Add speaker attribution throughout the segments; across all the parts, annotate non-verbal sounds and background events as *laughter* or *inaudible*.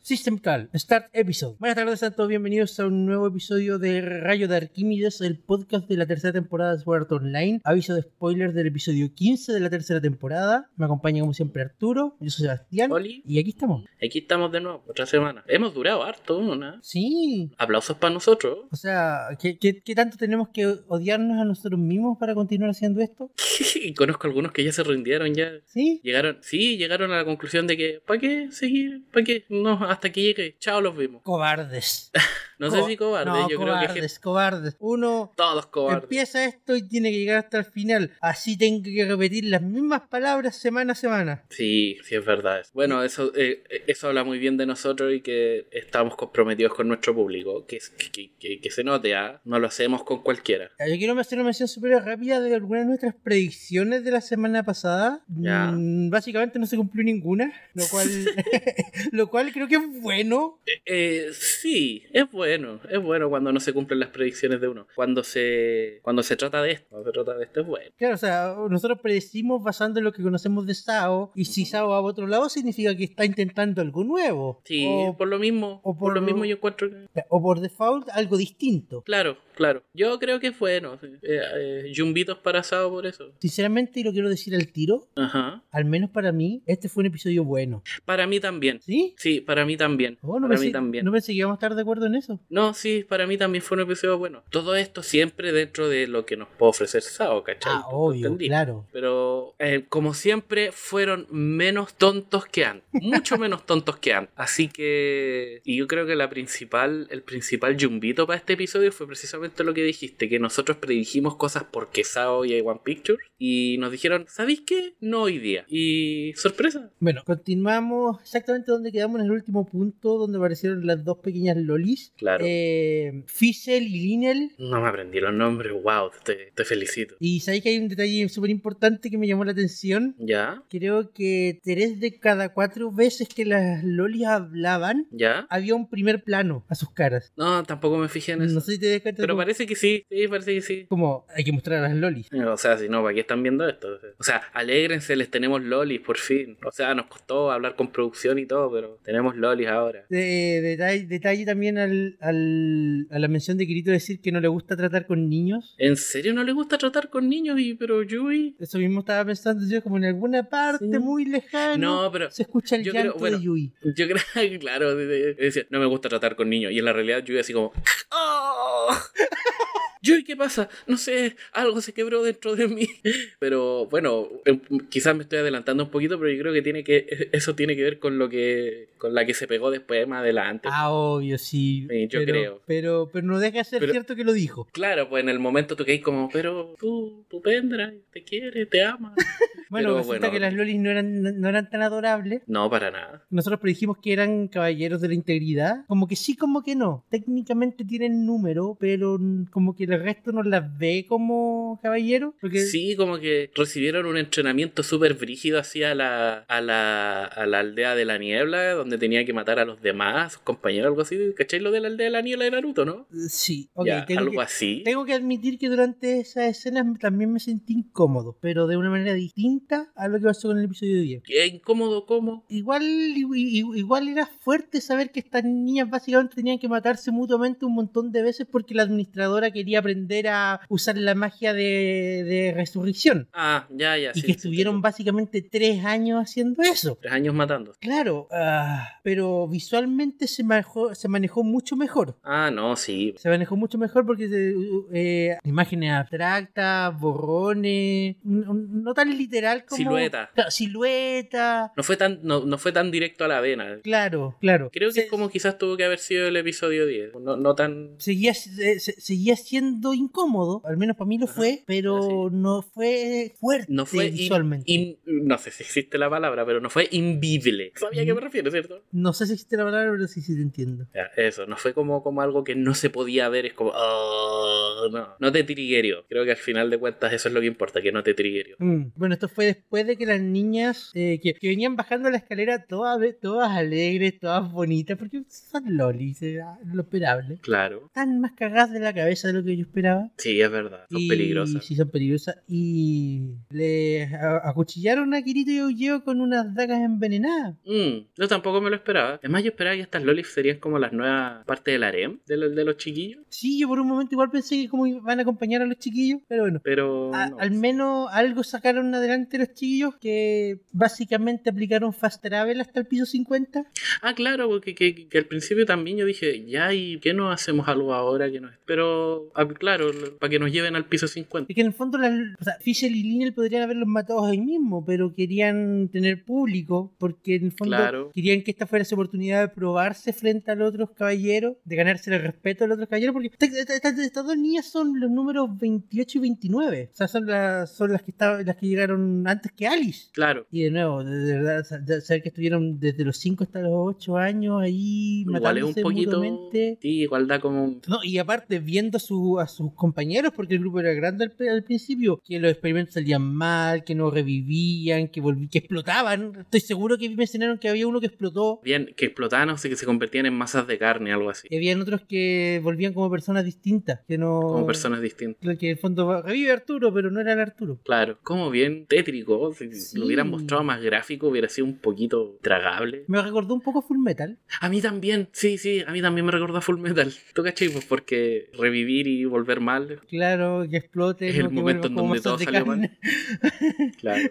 Speaker 1: System Call, Start Episode. Buenas tardes, sean todos bienvenidos a un nuevo episodio de Rayo de Arquímedes, el podcast de la tercera temporada de Sword Art Online. Aviso de spoilers del episodio 15 de la tercera temporada. Me acompaña como siempre Arturo, yo soy Sebastián.
Speaker 2: Oli.
Speaker 1: Y aquí estamos.
Speaker 2: Aquí estamos de nuevo, otra semana. Hemos durado harto, ¿no?
Speaker 1: Sí.
Speaker 2: Aplausos para nosotros. *laughs*
Speaker 1: O sea, ¿qué, qué, qué tanto tenemos que odiarnos a nosotros mismos para continuar haciendo esto?
Speaker 2: Y conozco algunos que ya se rindieron, ya *laughs*
Speaker 1: ¿Sí?
Speaker 2: llegaron, sí, llegaron a la conclusión de que, ¿para qué seguir? ¿Para qué? No, hasta que llegue, chao, los vimos.
Speaker 1: Cobardes.
Speaker 2: No
Speaker 1: Co-
Speaker 2: sé si cobarde,
Speaker 1: No,
Speaker 2: yo creo que
Speaker 1: cobardes,
Speaker 2: gente-
Speaker 1: cobardes. Uno
Speaker 2: todos cobardes.
Speaker 1: Empieza esto y tiene que llegar hasta el final. Así tengo que repetir las mismas palabras semana a semana.
Speaker 2: Sí, sí es verdad. Bueno,
Speaker 1: Em-
Speaker 2: eso, eh, eso habla muy bien de nosotros y que estamos comprometidos con nuestro público. Que, que, que- que se note, ¿ah? No lo hacemos con cualquiera.
Speaker 1: Ya, Ah, Yo quiero hacer una mención súper rápida de algunas de nuestras predicciones de la semana pasada.
Speaker 2: Ya.
Speaker 1: Mm, básicamente no se cumplió ninguna, lo
Speaker 2: *laughs*
Speaker 1: cual, *laughs* lo cual creo que es bueno.
Speaker 2: Eh, sí, es bueno, es bueno cuando no se cumplen las predicciones de uno. Cuando se, cuando se trata de esto, cuando se trata de esto es bueno.
Speaker 1: Claro, o sea, nosotros predecimos basando en lo que conocemos de Sao, y si
Speaker 2: Ujú.
Speaker 1: Sao va a otro lado significa que está intentando algo nuevo.
Speaker 2: Sí,
Speaker 1: O,
Speaker 2: por lo mismo,
Speaker 1: o
Speaker 2: por,
Speaker 1: por
Speaker 2: lo
Speaker 1: lo-
Speaker 2: mismo yo encuentro que...
Speaker 1: o por default algo distinto.
Speaker 2: Claro, claro. Yo creo que es bueno. sí. Eh, eh, yumbitos para asado por eso.
Speaker 1: Sinceramente, y lo quiero decir al tiro,
Speaker 2: Ajá.
Speaker 1: al menos para mí, este fue un episodio bueno.
Speaker 2: Para mí también.
Speaker 1: ¿Sí?
Speaker 2: Sí, para mí también.
Speaker 1: Oh, no,
Speaker 2: para
Speaker 1: pensé,
Speaker 2: mí también.
Speaker 1: no pensé que íbamos a estar de acuerdo en eso.
Speaker 2: No, sí, para mí también fue un episodio bueno. Todo esto siempre dentro de lo que nos puede ofrecer Sao, ¿cachai?
Speaker 1: Ah, obvio,
Speaker 2: entendí.
Speaker 1: claro.
Speaker 2: Pero eh, como siempre, fueron menos tontos que antes.
Speaker 1: *laughs*
Speaker 2: Mucho menos tontos que antes. Así que. Y yo creo que la principal, el principal yumbito para este episodio fue precisamente lo que dijiste: que nosotros predijimos cosas porque Sao y A1 Pictures. Y nos dijeron, ¿sabéis qué? No hoy día. Y. sorpresa.
Speaker 1: Bueno, continuamos exactamente donde quedamos en el último punto, donde aparecieron las dos pequeñas lolis.
Speaker 2: Claro.
Speaker 1: Eh, Fizzle y Linel.
Speaker 2: No me aprendí los nombres. ¡Wow! Te, te felicito.
Speaker 1: Y sabéis que hay un detalle súper importante que me llamó la atención.
Speaker 2: ¿Ya?
Speaker 1: Creo que tres de cada cuatro veces que las lolis hablaban,
Speaker 2: ¿Ya?
Speaker 1: había un primer plano a sus caras.
Speaker 2: No, tampoco me fijé en eso.
Speaker 1: No sé si te das cuenta,
Speaker 2: Pero
Speaker 1: como,
Speaker 2: parece que sí. Sí, parece que sí.
Speaker 1: como hay que mostrar a las lolis.
Speaker 2: O sea, si no, ¿para qué están viendo esto? O sea, alégrense, les tenemos lolis por fin. O sea, nos costó hablar con producción y todo, pero tenemos lolis ahora.
Speaker 1: Eh, detalle, detalle también al, al- a la mención de Kirito decir que no le gusta tratar con niños.
Speaker 2: ¿En serio no les gusta tratar con niños? Y, pero Yui.
Speaker 1: Eso mismo estaba pensando yo, como en alguna parte
Speaker 2: Sí.
Speaker 1: muy lejana.
Speaker 2: No, pero.
Speaker 1: se escucha el
Speaker 2: yo creo-
Speaker 1: llanto
Speaker 2: bueno.
Speaker 1: de Yui.
Speaker 2: Yo creo, *laughs* claro, de- de- decía, no me gusta tratar con niños. Y en la realidad, Yui así como. "Oh". *laughs* Yui, ¿qué pasa? No sé, algo se quebró dentro de mí. *laughs* Pero bueno, eh, quizás me estoy adelantando un poquito, pero yo creo que tiene que. Eso tiene que ver con lo que. con la que se pegó después más adelante.
Speaker 1: Ah, obvio, sí.
Speaker 2: Sí, yo
Speaker 1: pero,
Speaker 2: creo.
Speaker 1: Pero, pero no deja de ser
Speaker 2: Pero-
Speaker 1: cierto que lo dijo.
Speaker 2: Claro, pues en el momento tú quedas como, pero tú, tu pendrive, te quiere, te ama.
Speaker 1: *laughs* Bueno,
Speaker 2: Pero
Speaker 1: resulta
Speaker 2: bueno.
Speaker 1: que las lolis no eran, no eran tan adorables.
Speaker 2: No, para nada.
Speaker 1: Nosotros predijimos que eran caballeros de la integridad. Como que sí, como que no. Técnicamente tienen número, pero mm, como que el resto no las ve como caballeros. Porque
Speaker 2: Sí, como que recibieron un entrenamiento súper brígido así a la, a, la, a la aldea de la niebla, donde tenía que matar a los demás, sus compañeros, algo así. ¿Cachai lo de la aldea de la niebla de Naruto, no?
Speaker 1: Sí, ok,
Speaker 2: Ya,
Speaker 1: tengo,
Speaker 2: algo
Speaker 1: que,
Speaker 2: así.
Speaker 1: tengo que admitir que durante esas escenas también me sentí incómodo, pero de una manera distinta a lo que pasó con el episodio 10.
Speaker 2: Qué incómodo, ¿cómo?
Speaker 1: Igual, i- i- igual era fuerte saber que estas niñas básicamente tenían que matarse mutuamente un montón de veces porque la administradora quería aprender a usar la magia de, de resurrección.
Speaker 2: Ah, ya, ya.
Speaker 1: y
Speaker 2: sí,
Speaker 1: que
Speaker 2: sí,
Speaker 1: estuvieron
Speaker 2: tengo
Speaker 1: básicamente tres años haciendo eso.
Speaker 2: tres años matando.
Speaker 1: Claro, ah, pero visualmente se manejó, se manejó mucho mejor.
Speaker 2: Ah, no, sí.
Speaker 1: Se manejó mucho mejor porque se- eh, imágenes abstractas, borrones, un- un- no tan literal como...
Speaker 2: Silueta.
Speaker 1: Claro, silueta.
Speaker 2: No fue tan, no, no fue tan directo a la vena.
Speaker 1: Claro, claro.
Speaker 2: Creo que
Speaker 1: Se-
Speaker 2: es como quizás tuvo que haber sido el episodio 10. No, no tan
Speaker 1: Seguía, se- se- seguía siendo incómodo, al menos para mí lo
Speaker 2: Ajá,
Speaker 1: fue, pero no fue fuerte
Speaker 2: No fue in-
Speaker 1: visualmente.
Speaker 2: in- no sé si existe la palabra, pero no fue invible. Sabía a qué me refiero, ¿cierto?
Speaker 1: No sé si existe la palabra, pero sí, sí te entiendo.
Speaker 2: Ya, eso, no fue como, como algo que no se podía ver, es como... "Oh", no, no te triguerio. Creo que al final de cuentas eso es lo que importa, que no te triguerio.
Speaker 1: Mm. Bueno, esto fue después de que las niñas eh, que, que venían bajando la escalera todas, todas alegres, todas bonitas, porque son lolis, eh, lo esperable.
Speaker 2: Claro.
Speaker 1: están más cagadas de la cabeza de lo que que yo esperaba.
Speaker 2: Sí, es verdad. Son
Speaker 1: Y-
Speaker 2: peligrosas.
Speaker 1: Sí, son peligrosas. Y les a- acuchillaron a Kirito y a Ulleo con unas dagas envenenadas.
Speaker 2: Mm, yo tampoco me lo esperaba. Además, yo esperaba que estas lolis serían como las nuevas partes del harem de, lo- de los chiquillos.
Speaker 1: Sí, yo por un momento igual pensé que como van a acompañar a los chiquillos, pero bueno.
Speaker 2: Pero.
Speaker 1: A-
Speaker 2: Oh, no.
Speaker 1: Al menos algo sacaron adelante los chiquillos que básicamente aplicaron fast travel hasta el piso 50.
Speaker 2: Ah, claro, porque que, que al principio también yo dije, ya, ¿y qué no hacemos algo ahora? que no es? Pero, ah, claro, lo- para que nos lleven al piso 50.
Speaker 1: Es que en el fondo las, o sea, Fisher y Linnell podrían haberlos matado ahí mismo, pero querían tener público porque en el fondo
Speaker 2: Claro.
Speaker 1: querían que esta fuera su oportunidad de probarse frente a los otros caballeros, de ganarse el respeto de los otros caballeros, porque esta- esta- esta- estas dos niñas son los números 28 y 29, o sea, son las, son las que, estaban, las que llegaron antes que Alice.
Speaker 2: Claro.
Speaker 1: Y de nuevo, de, de verdad, sa- de saber que estuvieron desde los 5 hasta los 8 años ahí
Speaker 2: Igual es un
Speaker 1: matándose
Speaker 2: poquito.
Speaker 1: mutuamente.
Speaker 2: Sí, igual da como. un-
Speaker 1: No, y aparte, viendo a su- a sus compañeros, porque el grupo era grande al, al principio, que los experimentos salían mal, que no revivían, que, volvi- que explotaban. Estoy seguro que mencionaron que había uno que explotó,
Speaker 2: Bien, que explotaban, o sea, que se convertían en masas de carne, algo así.
Speaker 1: y habían otros que volvían como personas distintas, que no...
Speaker 2: Como personas distintas.
Speaker 1: Que en el fondo revive Arturo, pero no era el Arturo.
Speaker 2: Claro, como bien tétrico. Si
Speaker 1: Sí.
Speaker 2: lo hubieran mostrado más gráfico, hubiera sido un poquito tragable.
Speaker 1: Me recordó un poco Full Metal.
Speaker 2: A mí también, sí, sí, a mí también me recordó a Full Metal. ¿Tú cachai? Pues porque revivir y volver mal,
Speaker 1: Claro, que explote.
Speaker 2: Es
Speaker 1: ¿no?
Speaker 2: el
Speaker 1: que
Speaker 2: momento
Speaker 1: vuelva
Speaker 2: en
Speaker 1: como
Speaker 2: donde
Speaker 1: masas
Speaker 2: todo
Speaker 1: de
Speaker 2: salió
Speaker 1: carne.
Speaker 2: mal. claro.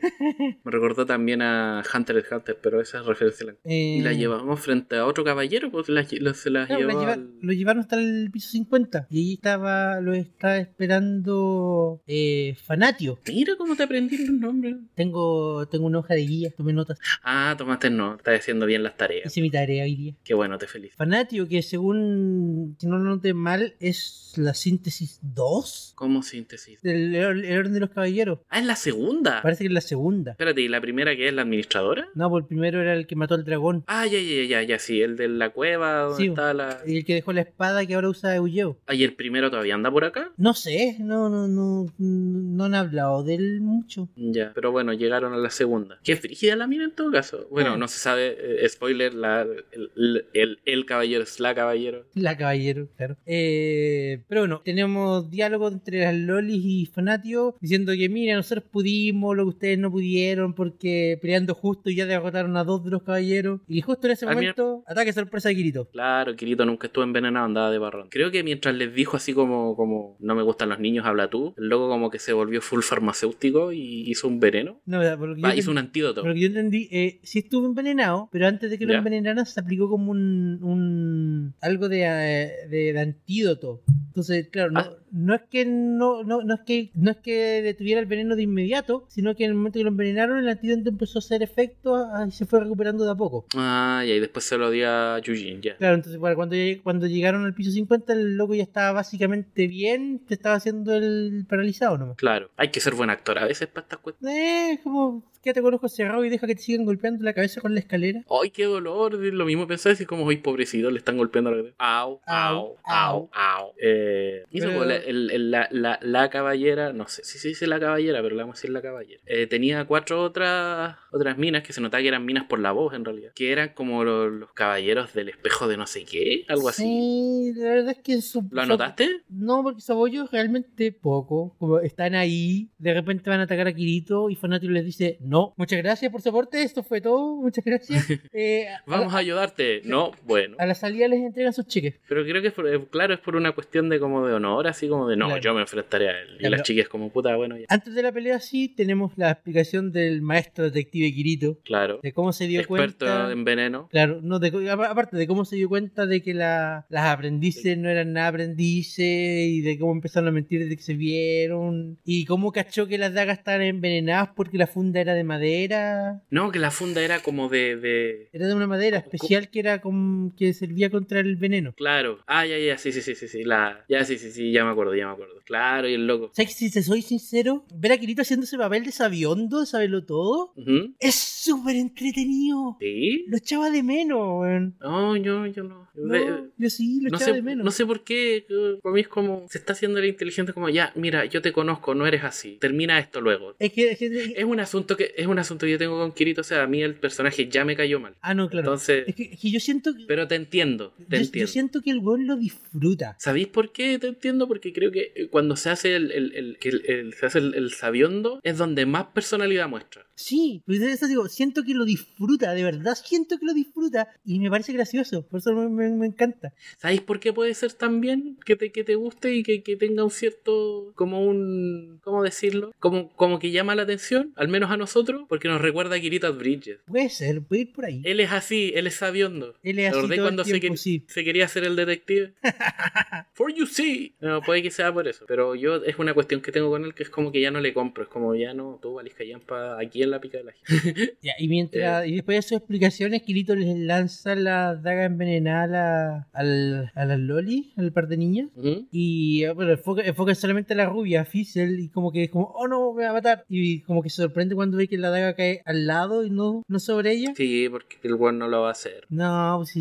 Speaker 2: Me recordó también a Hunter x Hunter, pero esa es referencia. a la- Y
Speaker 1: *laughs*
Speaker 2: la
Speaker 1: Eh,
Speaker 2: llevamos frente a otro caballero, pues la, lle- la- se las
Speaker 1: Claro, la
Speaker 2: llevó
Speaker 1: lleva-
Speaker 2: al-
Speaker 1: Lo llevaron hasta el piso 50 y ahí estaba, lo estaba esperando eh, Fanatio.
Speaker 2: Mira cómo te aprendí los nombres.
Speaker 1: Tengo, tengo una hoja de guía, tomé notas,
Speaker 2: Ah, tomaste no, estás haciendo bien las tareas.
Speaker 1: hice mi tarea hoy día.
Speaker 2: Qué bueno, te felicito.
Speaker 1: Fanatio, que según, si no lo noté mal, es la síntesis 2
Speaker 2: ¿Cómo síntesis?
Speaker 1: del el, el Orden de los Caballeros.
Speaker 2: Ah, es la segunda.
Speaker 1: Parece que es la segunda.
Speaker 2: Espérate, ¿y la primera que es la administradora?
Speaker 1: No, pues el primero era el que mató al dragón
Speaker 2: Ah, ya, ya, ya, ya, sí, el de la cueva donde
Speaker 1: Sí.
Speaker 2: está la.
Speaker 1: y el que dejó la espada que ahora usa Eugeo.
Speaker 2: Ah, ¿y el primero todavía anda por acá?
Speaker 1: No sé, no, no, no, no han hablado de él mucho.
Speaker 2: Ya, pero bueno, llegaron a la segunda. Qué frígida la mina en todo caso. Bueno,
Speaker 1: Ah.
Speaker 2: no se sabe, eh, spoiler, la, el, el- el- el caballero es la caballero.
Speaker 1: La caballero, claro. Eh, pero bueno, tenemos diálogo entre las lolis y Fanatio diciendo que mira, nosotros pudimos lo que ustedes no pudieron porque peleando justo ya derrotaron a dos de los caballeros. Y justo en ese
Speaker 2: Ah, mira.
Speaker 1: momento, ataque sorpresa de Kirito.
Speaker 2: Claro, Kirito nunca estuvo envenenado, andaba de barrón. Creo que mientras les dijo así como, como no me gustan los niños, habla tú, el loco como que se volvió full farmacéutico y hizo un veneno.
Speaker 1: No, ¿verdad? por lo que
Speaker 2: Va,
Speaker 1: yo
Speaker 2: hizo un antídoto.
Speaker 1: por lo que yo entendí, eh, sí estuvo envenenado, pero antes de que lo
Speaker 2: Ya.
Speaker 1: envenenaran se aplicó como un, un- algo de, eh, de- de antídoto. Entonces, claro, no,
Speaker 2: Ah.
Speaker 1: no es que no, no, no es que no es que detuviera el veneno de inmediato, sino que en el momento que lo envenenaron, el antídoto empezó a hacer efecto ah, y se fue recuperando de a poco.
Speaker 2: Ah, ya, y después se lo dio a Yujin, ya.
Speaker 1: Claro, entonces para cuando, lleg- cuando llegaron al piso 50, el loco ya estaba básicamente bien, te estaba haciendo el paralizado nomás.
Speaker 2: Claro, hay que ser buen actor a veces para estas cuestiones.
Speaker 1: Eh, como quédate con los ojos cerrados y deja que te sigan golpeando la cabeza con la escalera.
Speaker 2: ¡Ay, qué dolor! Lo mismo pensé, así como, ¡ay, pobrecito! Le están golpeando la cabeza. ¡Au, au, au, au! Eh, y
Speaker 1: Pero-
Speaker 2: luego la, el- el- la, la- la caballera, no sé si se dice la caballera, pero le vamos a decir la caballera. Eh, tenía cuatro otras otras minas que se notaba que eran minas por la voz, en realidad. Que eran como lo- los, caballeros del espejo de no sé qué, algo así.
Speaker 1: Sí, la verdad es que su,
Speaker 2: ¿Lo
Speaker 1: su-
Speaker 2: anotaste?
Speaker 1: No, porque su apoyo es realmente poco. Como están ahí, de repente van a atacar a Kirito y Fanatio les dice, no, muchas gracias por su aporte, esto fue todo, *laughs* muchas gracias.
Speaker 2: *laughs*
Speaker 1: Eh, a-
Speaker 2: Vamos a ayudarte. No, bueno.
Speaker 1: A, la salida les entregan sus cheques.
Speaker 2: Pero creo que, es por- eh, claro, es por una cuestión de como de honor, así como de no,
Speaker 1: Claro.
Speaker 2: yo me enfrentaré a él. Y
Speaker 1: Ya,
Speaker 2: las
Speaker 1: pero-
Speaker 2: chicas como puta, bueno, ya.
Speaker 1: Antes de la pelea sí tenemos la explicación del maestro detective Kirito,
Speaker 2: Claro.
Speaker 1: de cómo se dio
Speaker 2: Experto
Speaker 1: cuenta...
Speaker 2: en veneno.
Speaker 1: Claro, no, de co- apa- aparte de cómo se dio cuenta de que la- las aprendices no eran nada aprendices y de cómo empezaron a mentir desde que se vieron y cómo cachó que las dagas estaban envenenadas porque la funda era de madera.
Speaker 2: No, que la funda era como de. de...
Speaker 1: Era de una madera
Speaker 2: Co- co-
Speaker 1: especial que era con, que servía contra el veneno.
Speaker 2: Claro. Ah, ya, ya, sí, sí, sí, sí, sí. La... Ya, sí, sí, sí, ya me acuerdo, ya me acuerdo. Claro, y el loco.
Speaker 1: ¿Sabes que si te soy sincero? Ver a Kirito haciendo ese papel de sabiondo, de saberlo todo,
Speaker 2: Ujú.
Speaker 1: es súper entretenido.
Speaker 2: Sí.
Speaker 1: Lo echaba de menos, weón.
Speaker 2: No, yo, yo no.
Speaker 1: No,
Speaker 2: De-
Speaker 1: yo sí, lo
Speaker 2: no
Speaker 1: echaba
Speaker 2: sé,
Speaker 1: de menos.
Speaker 2: no sé por qué, eh, para mí es como, se está haciendo la inteligente como, ya, mira, yo te conozco, no eres así, termina esto luego.
Speaker 1: Es que, es que-
Speaker 2: Es un asunto que es un asunto que yo tengo con Kirito, o sea, a mí el personaje ya me cayó mal.
Speaker 1: Ah, no, claro.
Speaker 2: Entonces,
Speaker 1: es, que, es que yo siento que...
Speaker 2: pero te entiendo, te
Speaker 1: Yo, yo
Speaker 2: entiendo.
Speaker 1: siento que el weón lo disfruta.
Speaker 2: ¿Sabéis por qué? Te entiendo, porque porque creo que eh, cuando se hace el, el, el, que el- el- se hace el, el sabiondo es donde más personalidad muestra.
Speaker 1: Sí, pero de eso digo, siento que lo disfruta, de verdad siento que lo disfruta y me parece gracioso, por eso me, me- me encanta.
Speaker 2: ¿Sabéis por qué puede ser también que te, que te guste y que, que tenga un cierto, como un, ¿cómo decirlo? Como, como que llama la atención, al menos a nosotros, porque nos recuerda a Kiritas Bridges.
Speaker 1: Puede ser, puede ir por ahí.
Speaker 2: Él es así, él es sabiondo.
Speaker 1: Él es así todo
Speaker 2: acordé
Speaker 1: el
Speaker 2: Eh, cuando se
Speaker 1: tiempo,
Speaker 2: que-
Speaker 1: sí.
Speaker 2: Se quería hacer el detective. For you see. No, puede que sea por eso. Pero yo es una cuestión que tengo con él que es como que ya no le compro. Es como ya no, tú valís callampa aquí en la pica de la gente.
Speaker 1: Ya, y mientras
Speaker 2: Eh.
Speaker 1: y después de sus explicaciones, Kirito les lanza la daga envenenada a la, al, a la Loli, al par de niñas.
Speaker 2: Ujú.
Speaker 1: Y eh, bueno, enfoca, enfoca solamente a la rubia, a Fizzle, y como que es como, oh no, me va a matar. Y como que se sorprende cuando ve que la daga cae al lado y no, no sobre ella.
Speaker 2: Sí, porque el weón no lo va a hacer.
Speaker 1: No, pues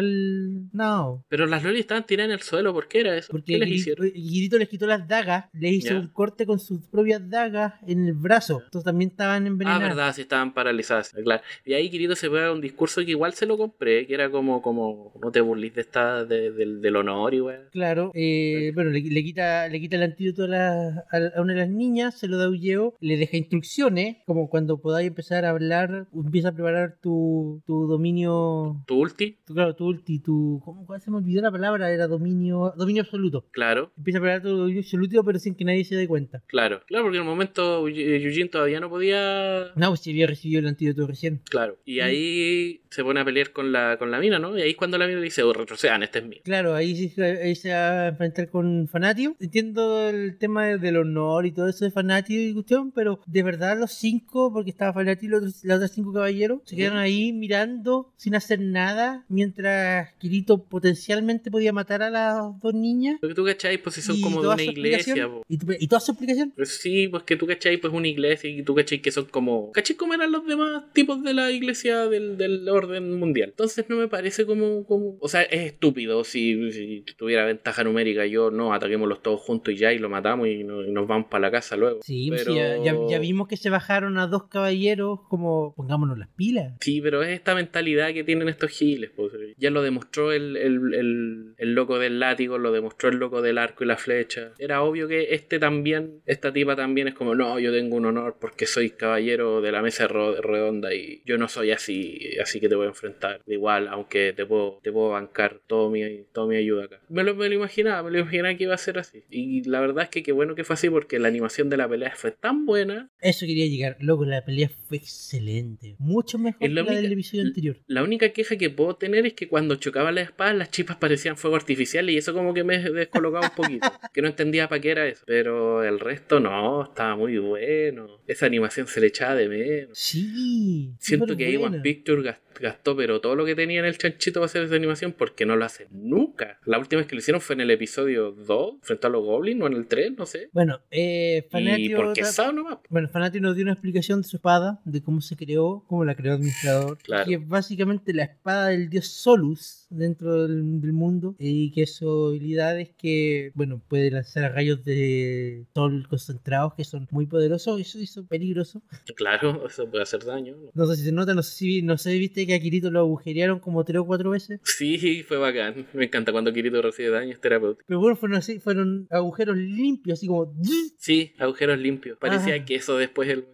Speaker 1: igual. No.
Speaker 2: Pero las lolis estaban tiradas en el suelo. ¿Por qué era eso?
Speaker 1: Porque
Speaker 2: ¿Qué les
Speaker 1: Giri-
Speaker 2: hicieron?
Speaker 1: Girito les quitó las dagas, le hizo
Speaker 2: Ya.
Speaker 1: un corte con sus propias dagas en el brazo. Entonces también estaban
Speaker 2: Ah,
Speaker 1: envenenadas.
Speaker 2: verdad, sí estaban paralizadas, claro. Y ahí Kirito se pega un discurso que igual se lo compré, que era como, como, no te burlís de esta, de- del- del honor y weón.
Speaker 1: Claro, eh, bueno, le, le quita, le quita el antídoto a, la- a la- a una de las niñas, se lo da a Ulleo, le deja instrucciones, como cuando podáis empezar a hablar, empieza a preparar tu, tu dominio,
Speaker 2: Tu ulti,
Speaker 1: tu, claro, tu ulti, tu, ¿cómo cuál se me olvidó la palabra? Era dominio, dominio absoluto.
Speaker 2: claro.
Speaker 1: Empieza a preparar tu dominio absoluto, pero sin que nadie se dé cuenta.
Speaker 2: Claro, claro, porque en el momento Yu- eh, Yujin todavía no podía.
Speaker 1: No, pues si había recibido el antídoto recién.
Speaker 2: Claro. Y
Speaker 1: Mm.
Speaker 2: ahí se pone a pelear con la, con la mina, ¿no? Y ahí es cuando la mina le dice, oh, retrocedan, este es mío.
Speaker 1: Claro, ahí se, ahí se va a enfrentar con Fanatio. Entiendo el tema de- del honor y todo eso de Fanatio y cuestión, pero de verdad los cinco, porque estaba Fanatio y los otros, las otras cinco caballeros, se quedaron ahí mirando sin hacer nada, mientras Kirito potencialmente podía matar a las dos niñas.
Speaker 2: Lo que tú cacháis, pues si son
Speaker 1: y
Speaker 2: como de
Speaker 1: toda
Speaker 2: una
Speaker 1: su explicación-
Speaker 2: iglesia, po.
Speaker 1: Y, tu- y toda su explicación.
Speaker 2: Pues sí, pues que tú cacháis, pues una iglesia y tú cacháis que son como. ¿Cacháis cómo eran los demás tipos de la iglesia del, del orden mundial? Entonces no me parece como. como... O sea, es estúpido si, si tuviera ventaja numérica. Yo no, ataquémoslos todos juntos y ya, y lo matamos y, no- y nos vamos para la casa luego.
Speaker 1: Sí, pues
Speaker 2: Pero-
Speaker 1: sí, ya, ya- ya vimos que se bajaron a dos caballeros, como pongámonos las pilas.
Speaker 2: Sí, pero es esta mentalidad que tienen estos giles. pues. Ya lo demostró el, el- el- el loco del látigo, lo demostró el loco del arco y la flecha. Era obvio que este también, esta tipa también es como, no, yo tengo un honor porque soy caballero de la mesa ro- redonda y yo no soy así, así que te voy a enfrentar. Igual, aunque te puedo, te puedo bancar todo mi, todo mi ayuda acá. Me lo, me lo imaginaba, me lo imaginaba que iba a ser así. Y la verdad es que qué bueno que fue así porque la animación de la pelea fue tan buena
Speaker 1: Eso quería llegar. Loco, la pelea fue excelente. Mucho mejor que
Speaker 2: Es
Speaker 1: la
Speaker 2: la única-
Speaker 1: del episodio
Speaker 2: l-
Speaker 1: anterior.
Speaker 2: La única queja que puedo tener es que cuando chocaban las espadas las chispas parecían fuego artificial y eso como que me descolocaba un poquito. Que no entendía para qué era eso. Pero el resto no, estaba muy bueno. Esa animación se le echaba de menos.
Speaker 1: Sí.
Speaker 2: Siento
Speaker 1: súper
Speaker 2: que ahí One
Speaker 1: buena.
Speaker 2: Picture gas- gastó pero todo lo que tenía en el chanchito para hacer esa animación porque no lo hacen nunca. La última vez que lo hicieron fue en el episodio 2, frente a los goblins o en el 3, no sé.
Speaker 1: Bueno, eh,
Speaker 2: Y
Speaker 1: Fanatio.
Speaker 2: porque
Speaker 1: ta-
Speaker 2: sabe nomás.
Speaker 1: Bueno, Fanatio nos dio una explicación de su espada, de cómo se creó, cómo la creó el administrador.
Speaker 2: Claro.
Speaker 1: Que es básicamente la espada del dios Solus dentro del, del mundo. Y que su habilidad es que, bueno, puede lanzar rayos de sol concentrados que son muy poderosos. Eso hizo peligroso.
Speaker 2: Claro, *laughs* eso puede hacer daño.
Speaker 1: No sé si se nota, no sé si no sé, viste que a Kirito lo agujerearon como tres o cuatro veces.
Speaker 2: Sí, fue bacán. Me encanta cuando Kirito recibe daño, es terapéutico.
Speaker 1: Pero bueno, fueron así, fueron agujeros limpios, así como. ¡zzz!
Speaker 2: Sí, agujeros limpios. Parecía
Speaker 1: Ah.
Speaker 2: que eso después el...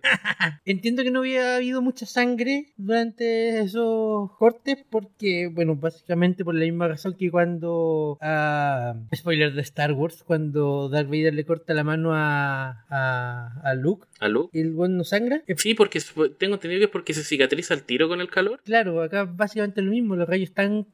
Speaker 1: Entiendo que no había habido mucha sangre durante esos cortes, porque, bueno, básicamente por la misma razón que cuando. ah, spoiler de Star Wars, cuando Darth Vader le corta la mano a, a, a Luke,
Speaker 2: ¿Aló?
Speaker 1: el buen no sangra. Eh,
Speaker 2: Sí, porque su- tengo entendido que es porque se cicatriza el tiro con el calor.
Speaker 1: Claro, acá básicamente lo mismo, los rayos están.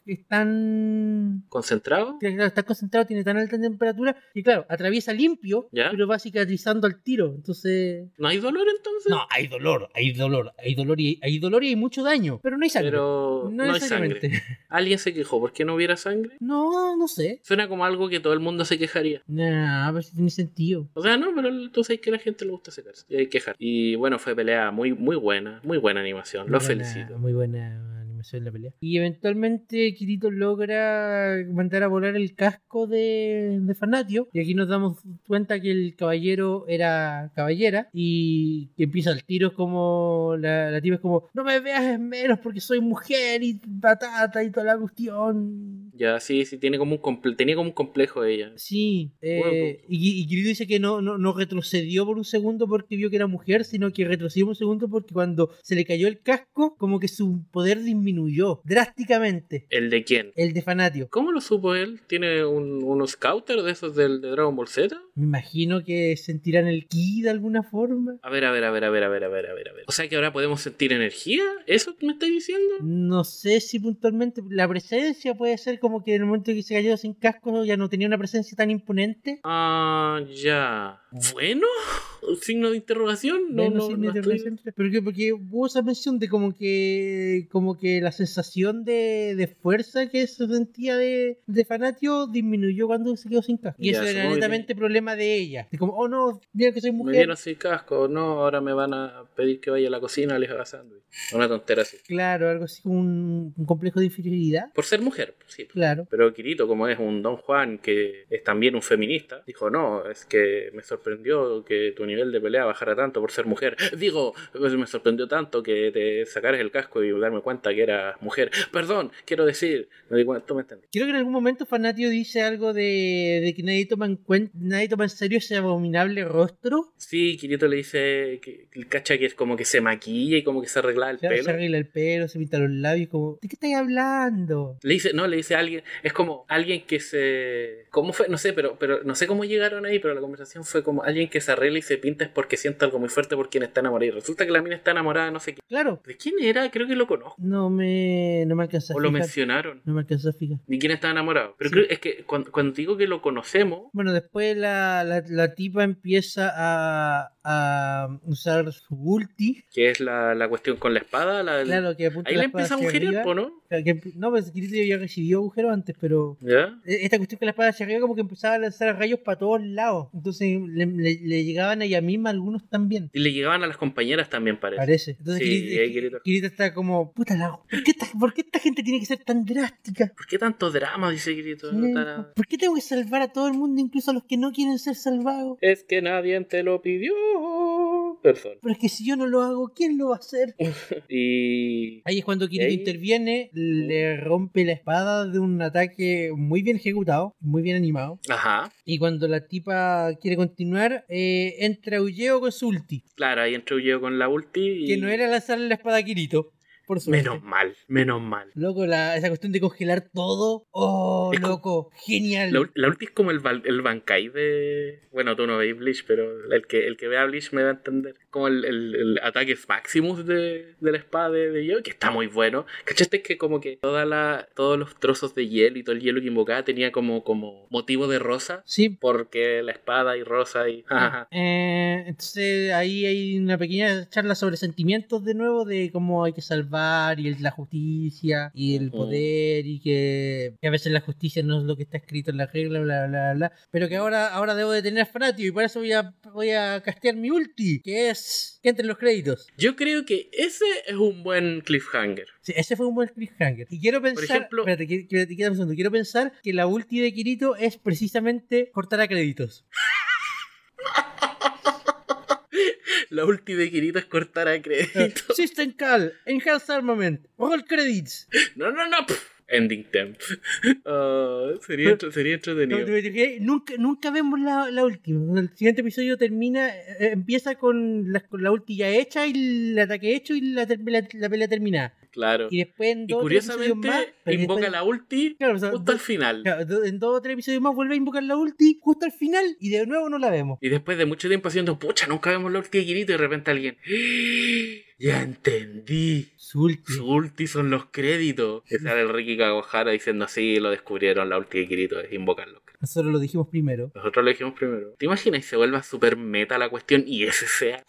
Speaker 1: están
Speaker 2: ¿Concentrado?
Speaker 1: que, claro, está concentrado, tiene tan alta temperatura que claro, atraviesa limpio,
Speaker 2: ¿Ya?
Speaker 1: pero va cicatrizando al tiro. Entonces.
Speaker 2: ¿No hay dolor entonces?
Speaker 1: No, hay dolor, hay dolor, hay dolor y hay dolor y hay mucho daño. Pero no hay sangre.
Speaker 2: Pero no, hay
Speaker 1: necesariamente.
Speaker 2: sangre. ¿Alguien se quejó por qué no hubiera sangre?
Speaker 1: *laughs* No, no sé.
Speaker 2: Suena como algo que todo el mundo se quejaría.
Speaker 1: Nah, a ver si tiene sentido.
Speaker 2: O sea, no, pero entonces es que a la gente le gusta secarse y hay que quejar. Y bueno, fue pelea muy muy buena, muy buena animación. Los
Speaker 1: Muy buena-
Speaker 2: felicito.
Speaker 1: Muy buena animación de la pelea. Y eventualmente Kirito logra mandar a volar el casco de, de Fanatio. Y aquí nos damos cuenta que el caballero era caballera. Y que empieza el tiro como la, la tipa es como, no me veas en menos porque soy mujer y patata y toda la cuestión.
Speaker 2: Ya, sí, sí, tiene como un comple- tenía como un complejo ella.
Speaker 1: Sí, eh,
Speaker 2: Bueno, pues.
Speaker 1: y, y Kiryu dice que no, no, no retrocedió por un segundo porque vio que era mujer, sino que retrocedió por un segundo porque cuando se le cayó el casco, como que su poder disminuyó drásticamente.
Speaker 2: ¿El de quién?
Speaker 1: El de Fanatio.
Speaker 2: ¿Cómo lo supo él? ¿Tiene un, unos scouter de esos del, de Dragon Ball Z?
Speaker 1: Me imagino que sentirán el ki de alguna forma.
Speaker 2: A ver, a ver, a ver, a ver, a ver, a ver, a ver, a ver. O sea que ahora podemos sentir energía. ¿Eso me estás diciendo?
Speaker 1: No sé si puntualmente la presencia puede ser como que en el momento que se cayó sin casco ya no tenía una presencia tan imponente.
Speaker 2: Ah, ya. ¿Bueno? *laughs* ¿Signo
Speaker 1: *laughs*
Speaker 2: de interrogación? No,
Speaker 1: Bueno,
Speaker 2: no,
Speaker 1: sí,
Speaker 2: no
Speaker 1: me
Speaker 2: estoy-
Speaker 1: interesa. Pero que- porque hubo esa mención de como que como que la sensación de, de fuerza que se sentía de, de Fanatio disminuyó cuando se quedó sin casco. Y
Speaker 2: Ya,
Speaker 1: eso era
Speaker 2: supongo que
Speaker 1: netamente problema de ella. De como, oh no, mira que soy
Speaker 2: Me
Speaker 1: mujer.
Speaker 2: vieron sin casco. No, ahora me van a pedir que vaya a la cocina les haga sándwich. Una tontera así.
Speaker 1: Claro, algo así como un, un complejo de inferioridad.
Speaker 2: Por ser mujer, sí.
Speaker 1: Claro.
Speaker 2: Pero Kirito, como es un Don Juan que es también un feminista, dijo, no, es que me sorprendió que tu nivel de pelea bajara tanto por ser mujer. *laughs* Digo, "Pues me sorprendió tanto que te sacaras el casco y darme cuenta que eras mujer. Perdón, quiero decir, me di cuenta, tú me entendí.
Speaker 1: Creo que en algún momento Fanatio dice algo de, de que nadie toma, en cuen- nadie toma en serio ese abominable rostro.
Speaker 2: Sí, Kirito le dice, que, que cacha que es como que se maquilla y como que se arregla el
Speaker 1: O sea,
Speaker 2: pelo.
Speaker 1: se arregla el pelo, se pinta los labios, como, ¿de qué estáis hablando?
Speaker 2: Le dice, no, le dice a alguien, es como alguien que se... ¿Cómo fue? No sé, pero, pero no sé cómo llegaron ahí, pero la conversación fue como alguien que se arregla y se pinta es porque siente algo muy fuerte por quien está enamorado. Y resulta que la mina está enamorada, de no sé qué.
Speaker 1: Claro,
Speaker 2: ¿De quién era? Creo que lo conozco.
Speaker 1: No me, no me alcanzó a
Speaker 2: O lo
Speaker 1: fijar.
Speaker 2: mencionaron.
Speaker 1: No me alcanzó a fijar.
Speaker 2: ¿De quién está enamorado? Pero
Speaker 1: Sí.
Speaker 2: creo, es que cuando, cuando digo que lo conocemos,
Speaker 1: Bueno, después la, la, la tipa empieza a, a usar su ulti.
Speaker 2: que es la, la cuestión con la espada, la del-
Speaker 1: Claro, que apunta
Speaker 2: ahí
Speaker 1: la
Speaker 2: la
Speaker 1: espada
Speaker 2: empieza a
Speaker 1: hacia
Speaker 2: agujerear,
Speaker 1: arriba.
Speaker 2: po, ¿no?
Speaker 1: Claro, que- no, pues Kirito ya recibió agujero antes, pero
Speaker 2: ¿Ya?
Speaker 1: e- esta cuestión con la espada hacia arriba como que empezaba a lanzar rayos para todos lados. Entonces le, le- le llegaban a ella misma algunos también.
Speaker 2: Y le llegaban a las compañeras también, parece.
Speaker 1: Parece. Entonces
Speaker 2: Sí,
Speaker 1: Kirito,
Speaker 2: ahí Kirito-
Speaker 1: Kirito está como, puta la... ¿por qué, esta, ¿Por qué esta gente tiene que ser tan drástica?
Speaker 2: ¿Por qué tanto drama? Dice Kirito.
Speaker 1: Sí,
Speaker 2: No tan-
Speaker 1: ¿Por qué tengo que salvar a todo el mundo, incluso a los que no quieren ser salvados?
Speaker 2: Es que nadie te lo pidió. Persona.
Speaker 1: Pero es que si yo no lo hago, ¿quién lo va a hacer?
Speaker 2: Y
Speaker 1: Ahí es cuando Kirito
Speaker 2: Ahí-
Speaker 1: interviene, le rompe la espada de un ataque muy bien ejecutado, muy bien animado.
Speaker 2: Ajá,
Speaker 1: Y cuando la tipa quiere continuar, eh, entra Ulleo con su ulti,
Speaker 2: claro, ahí entró yo con la ulti. y-
Speaker 1: que no era lanzarle la espada a Kirito, por suerte.
Speaker 2: Menos mal, menos mal.
Speaker 1: Loco, la, esa cuestión de congelar todo. ¡Oh,
Speaker 2: Es como-
Speaker 1: loco! ¡Genial!
Speaker 2: La, ul- la ulti es como el, Val- el Bankai de. Bueno, tú no veis Bleach, pero el que, el que vea Bleach me va a entender. Como el, el, el ataque Maximus de, de la espada de, de Yo, que está muy bueno. ¿Cachaste que como que toda la, todos los trozos de hielo y todo el hielo que invocaba tenía como, como motivo de rosa?
Speaker 1: Sí.
Speaker 2: Porque la espada y rosa y. *laughs* jajaja.
Speaker 1: Eh, entonces ahí hay una pequeña charla sobre sentimientos de nuevo, de cómo hay que salvar y el- la justicia y el
Speaker 2: Ujú.
Speaker 1: poder y que, que a veces la justicia no es lo que está escrito en la regla, bla, bla, bla. Pero que ahora, ahora debo detener a Fanatio y para eso voy a, voy a castear mi ulti, que es que entre en los créditos.
Speaker 2: Yo creo que ese es un buen cliffhanger.
Speaker 1: Sí, ese fue un buen cliffhanger. Y quiero pensar,
Speaker 2: ejemplo-
Speaker 1: espérate, que- que- que- quédame un segundo. quiero pensar que la ulti de Kirito es precisamente cortar a
Speaker 2: *laughs*
Speaker 1: créditos.
Speaker 2: La ulti de Kirito es cortar a
Speaker 1: *laughs*
Speaker 2: crédito.
Speaker 1: System Call, Enhanced Armament, Roll Credits.
Speaker 2: No, no, no. pf, Ending temp. *laughs* Ah, sería, entre- sería
Speaker 1: No,
Speaker 2: entretenido.
Speaker 1: te- te- te- Nunca, nunca vemos la, la última. El siguiente episodio termina, eh, empieza con la, con la ulti ya hecha y el ataque hecho y la, ter- la- la pelea terminada.
Speaker 2: Claro.
Speaker 1: Y después en
Speaker 2: Y
Speaker 1: dos o tres episodios
Speaker 2: curiosamente
Speaker 1: más. pero
Speaker 2: invoca
Speaker 1: después-
Speaker 2: la ulti
Speaker 1: claro, o sea,
Speaker 2: justo al
Speaker 1: do-
Speaker 2: final.
Speaker 1: claro, do- en dos o tres episodios más vuelve a invocar la ulti justo al final y de nuevo no la vemos.
Speaker 2: Y después de mucho tiempo haciendo, pucha, nunca vemos la ulti de Kirito y de repente alguien. "¡Ah! Ya entendí.
Speaker 1: Su ulti.
Speaker 2: Su ulti son los créditos. Y sale el Ricky Kagohara diciendo, sí, lo descubrieron, la ulti de Kirito es invocarlo.
Speaker 1: Nosotros lo dijimos primero.
Speaker 2: Nosotros lo dijimos primero. ¿Te imaginas y se vuelva super meta la cuestión y ese
Speaker 1: *laughs*
Speaker 2: sea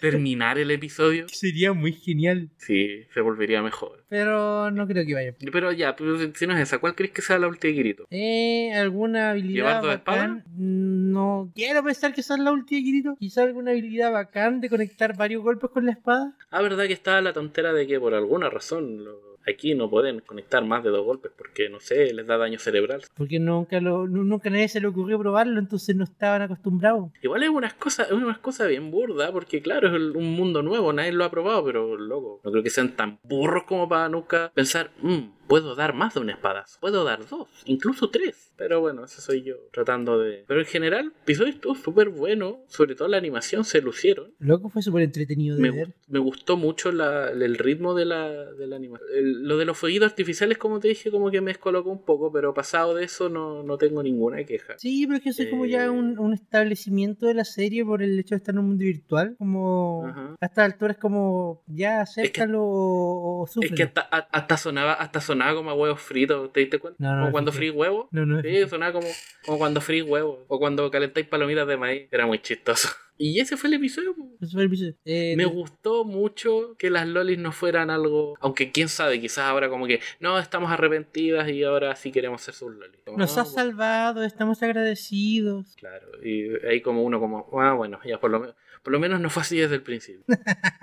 Speaker 2: terminar el episodio?
Speaker 1: Sería muy genial.
Speaker 2: Sí, se volvería mejor.
Speaker 1: Pero no creo que vaya.
Speaker 2: Pero ya, pero si- si no es esa, ¿cuál crees que sea la ulti de Kirito?
Speaker 1: Eh, ¿Alguna habilidad
Speaker 2: ¿Llevar dos
Speaker 1: bacán? No quiero pensar que esa es la ulti de Kirito. Quizá alguna habilidad bacán de conectar varios golpes con la espada.
Speaker 2: Ah, verdad que estaba la tontera de que por alguna razón lo- aquí no pueden conectar más de dos golpes porque, no sé, les da daño cerebral.
Speaker 1: Porque nunca lo, nu- nunca a nadie se le ocurrió probarlo, entonces no estaban acostumbrados.
Speaker 2: Igual es unas cosas, es unas cosas bien burdas porque, claro, es el- un mundo nuevo, nadie lo ha probado, pero, loco, no creo que sean tan burros como para nunca pensar, mmm, Puedo dar más de un espadazo, puedo dar dos, incluso tres. Pero bueno, eso soy yo tratando de. Pero en general, episodio estuvo súper bueno, sobre todo la animación se lucieron.
Speaker 1: Loco fue súper entretenido de
Speaker 2: Me,
Speaker 1: ver.
Speaker 2: gu- me gustó mucho la- el ritmo de la, de la animación. El- lo de los fueguitos artificiales, como te dije, como que me descolocó un poco, pero pasado de eso no, no tengo ninguna queja.
Speaker 1: Sí, pero es que eso es como
Speaker 2: Eh.
Speaker 1: ya un, un establecimiento de la serie por el hecho de estar en un mundo virtual. Como
Speaker 2: Ajá.
Speaker 1: a estas alturas, como ya acéptalo o, o
Speaker 2: Es que
Speaker 1: súfrelo.
Speaker 2: hasta, a- hasta sonaba, hasta sonaba como a huevos fritos, ¿te diste cuenta?
Speaker 1: No, no,
Speaker 2: como
Speaker 1: me
Speaker 2: cuando
Speaker 1: fijé.
Speaker 2: fríes huevos.
Speaker 1: No, no.
Speaker 2: Sí, sonaba como, como cuando frís huevos o cuando calentáis palomitas de maíz. Era muy chistoso. *laughs* Y ese fue el episodio. po.
Speaker 1: Eso fue el episodio. Eh,
Speaker 2: Me
Speaker 1: te-
Speaker 2: gustó mucho que las lolis no fueran algo. Aunque quién sabe, quizás ahora como que no estamos arrepentidas y ahora sí queremos ser sus lolis. Como,
Speaker 1: Nos
Speaker 2: "Ah,
Speaker 1: has
Speaker 2: bueno".
Speaker 1: salvado, estamos agradecidos.
Speaker 2: Claro, y ahí como uno como, ah, bueno, ya por lo, me- por lo menos no fue así desde el principio.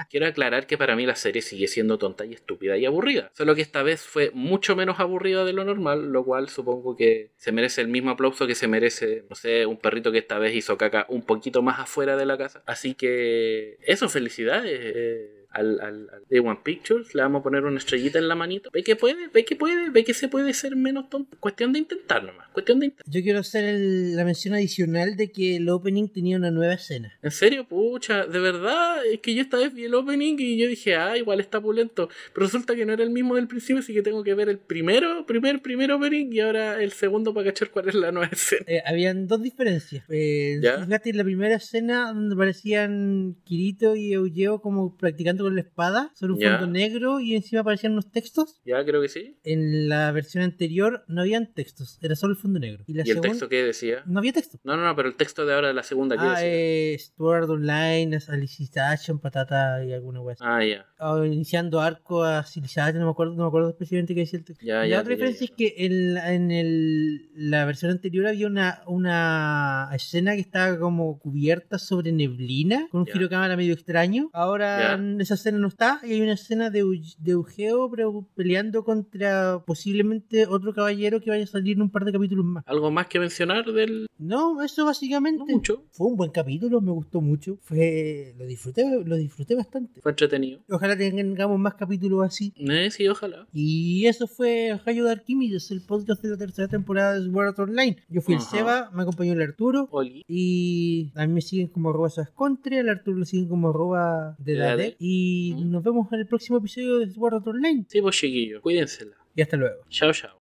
Speaker 2: Quiero aclarar que para mí la serie sigue siendo tonta y estúpida y aburrida, solo que esta vez fue mucho menos aburrida de lo normal, lo cual supongo que se merece el mismo aplauso que se merece, no sé, un perrito que esta vez hizo caca un poquito más afuera de la casa. Así que eso, felicidades. eh, Al, al, al Day One Pictures, le vamos a poner una estrellita en la manito. Ve que puede, ve que puede, ve que se puede ser menos tonto. Cuestión de intentar nomás, cuestión de intentar.
Speaker 1: Yo quiero hacer el- la mención adicional de que el opening tenía una nueva escena.
Speaker 2: ¿En serio? Pucha, de verdad, es que yo esta vez vi el opening y yo dije, ah, igual está pulento. Pero resulta que no era el mismo del principio, así que tengo que ver el primero, primer, primer opening y ahora el segundo para cachar cuál es la nueva *laughs* escena.
Speaker 1: Eh, habían dos diferencias. Eh,
Speaker 2: ¿Ya?
Speaker 1: fíjate en la primera escena donde aparecían Kirito y Eugeo como practicando con la espada sobre un
Speaker 2: ¿Ya?
Speaker 1: fondo negro y encima aparecían unos textos.
Speaker 2: Ya, creo que sí.
Speaker 1: En la versión anterior no habían textos, era solo el fondo negro. Y la
Speaker 2: ¿Y el
Speaker 1: segunda
Speaker 2: texto qué decía?
Speaker 1: no había texto.
Speaker 2: No, no, no, pero el texto de ahora de la segunda, ¿qué
Speaker 1: Ah,
Speaker 2: decía?
Speaker 1: eh, Sword Online, Alicization, Patata y alguna web.
Speaker 2: Ah, ya.
Speaker 1: o iniciando arco a Civilization, no me acuerdo, no me acuerdo específicamente qué decía el texto.
Speaker 2: Ya,
Speaker 1: Y
Speaker 2: Ah, ya,
Speaker 1: la otra
Speaker 2: ya, ya,
Speaker 1: diferencia
Speaker 2: ya.
Speaker 1: es que en, la- en el- la versión anterior había una, una escena que estaba como cubierta sobre neblina, con un
Speaker 2: Ya.
Speaker 1: giro de cámara medio extraño. Ahora
Speaker 2: Ya.
Speaker 1: esa escena no está y hay una escena de, Eu- de Eugeo pero peleando contra posiblemente otro caballero que vaya a salir en un par de capítulos más.
Speaker 2: ¿Algo más que mencionar del...
Speaker 1: No, eso básicamente...
Speaker 2: No mucho.
Speaker 1: Fue un buen capítulo, me gustó mucho. Fue, lo disfruté, lo disfruté bastante.
Speaker 2: Fue entretenido.
Speaker 1: Ojalá tengamos más capítulos así.
Speaker 2: Eh, sí, ojalá.
Speaker 1: Y eso fue Ohio de Arquímedes, el podcast de la tercera temporada de Sword Art Online. Yo fui el
Speaker 2: Ajá.
Speaker 1: Seba, me acompañó el Arturo.
Speaker 2: Oli.
Speaker 1: Y a mí me siguen como arroba sascontre, al Arturo lo siguen como arroba de la
Speaker 2: Dedade.
Speaker 1: Y
Speaker 2: Mm.
Speaker 1: nos vemos en el próximo episodio de Sword Art Online.
Speaker 2: Sí, pues chiquillo, cuídensela.
Speaker 1: Y hasta luego.
Speaker 2: Chao, chao.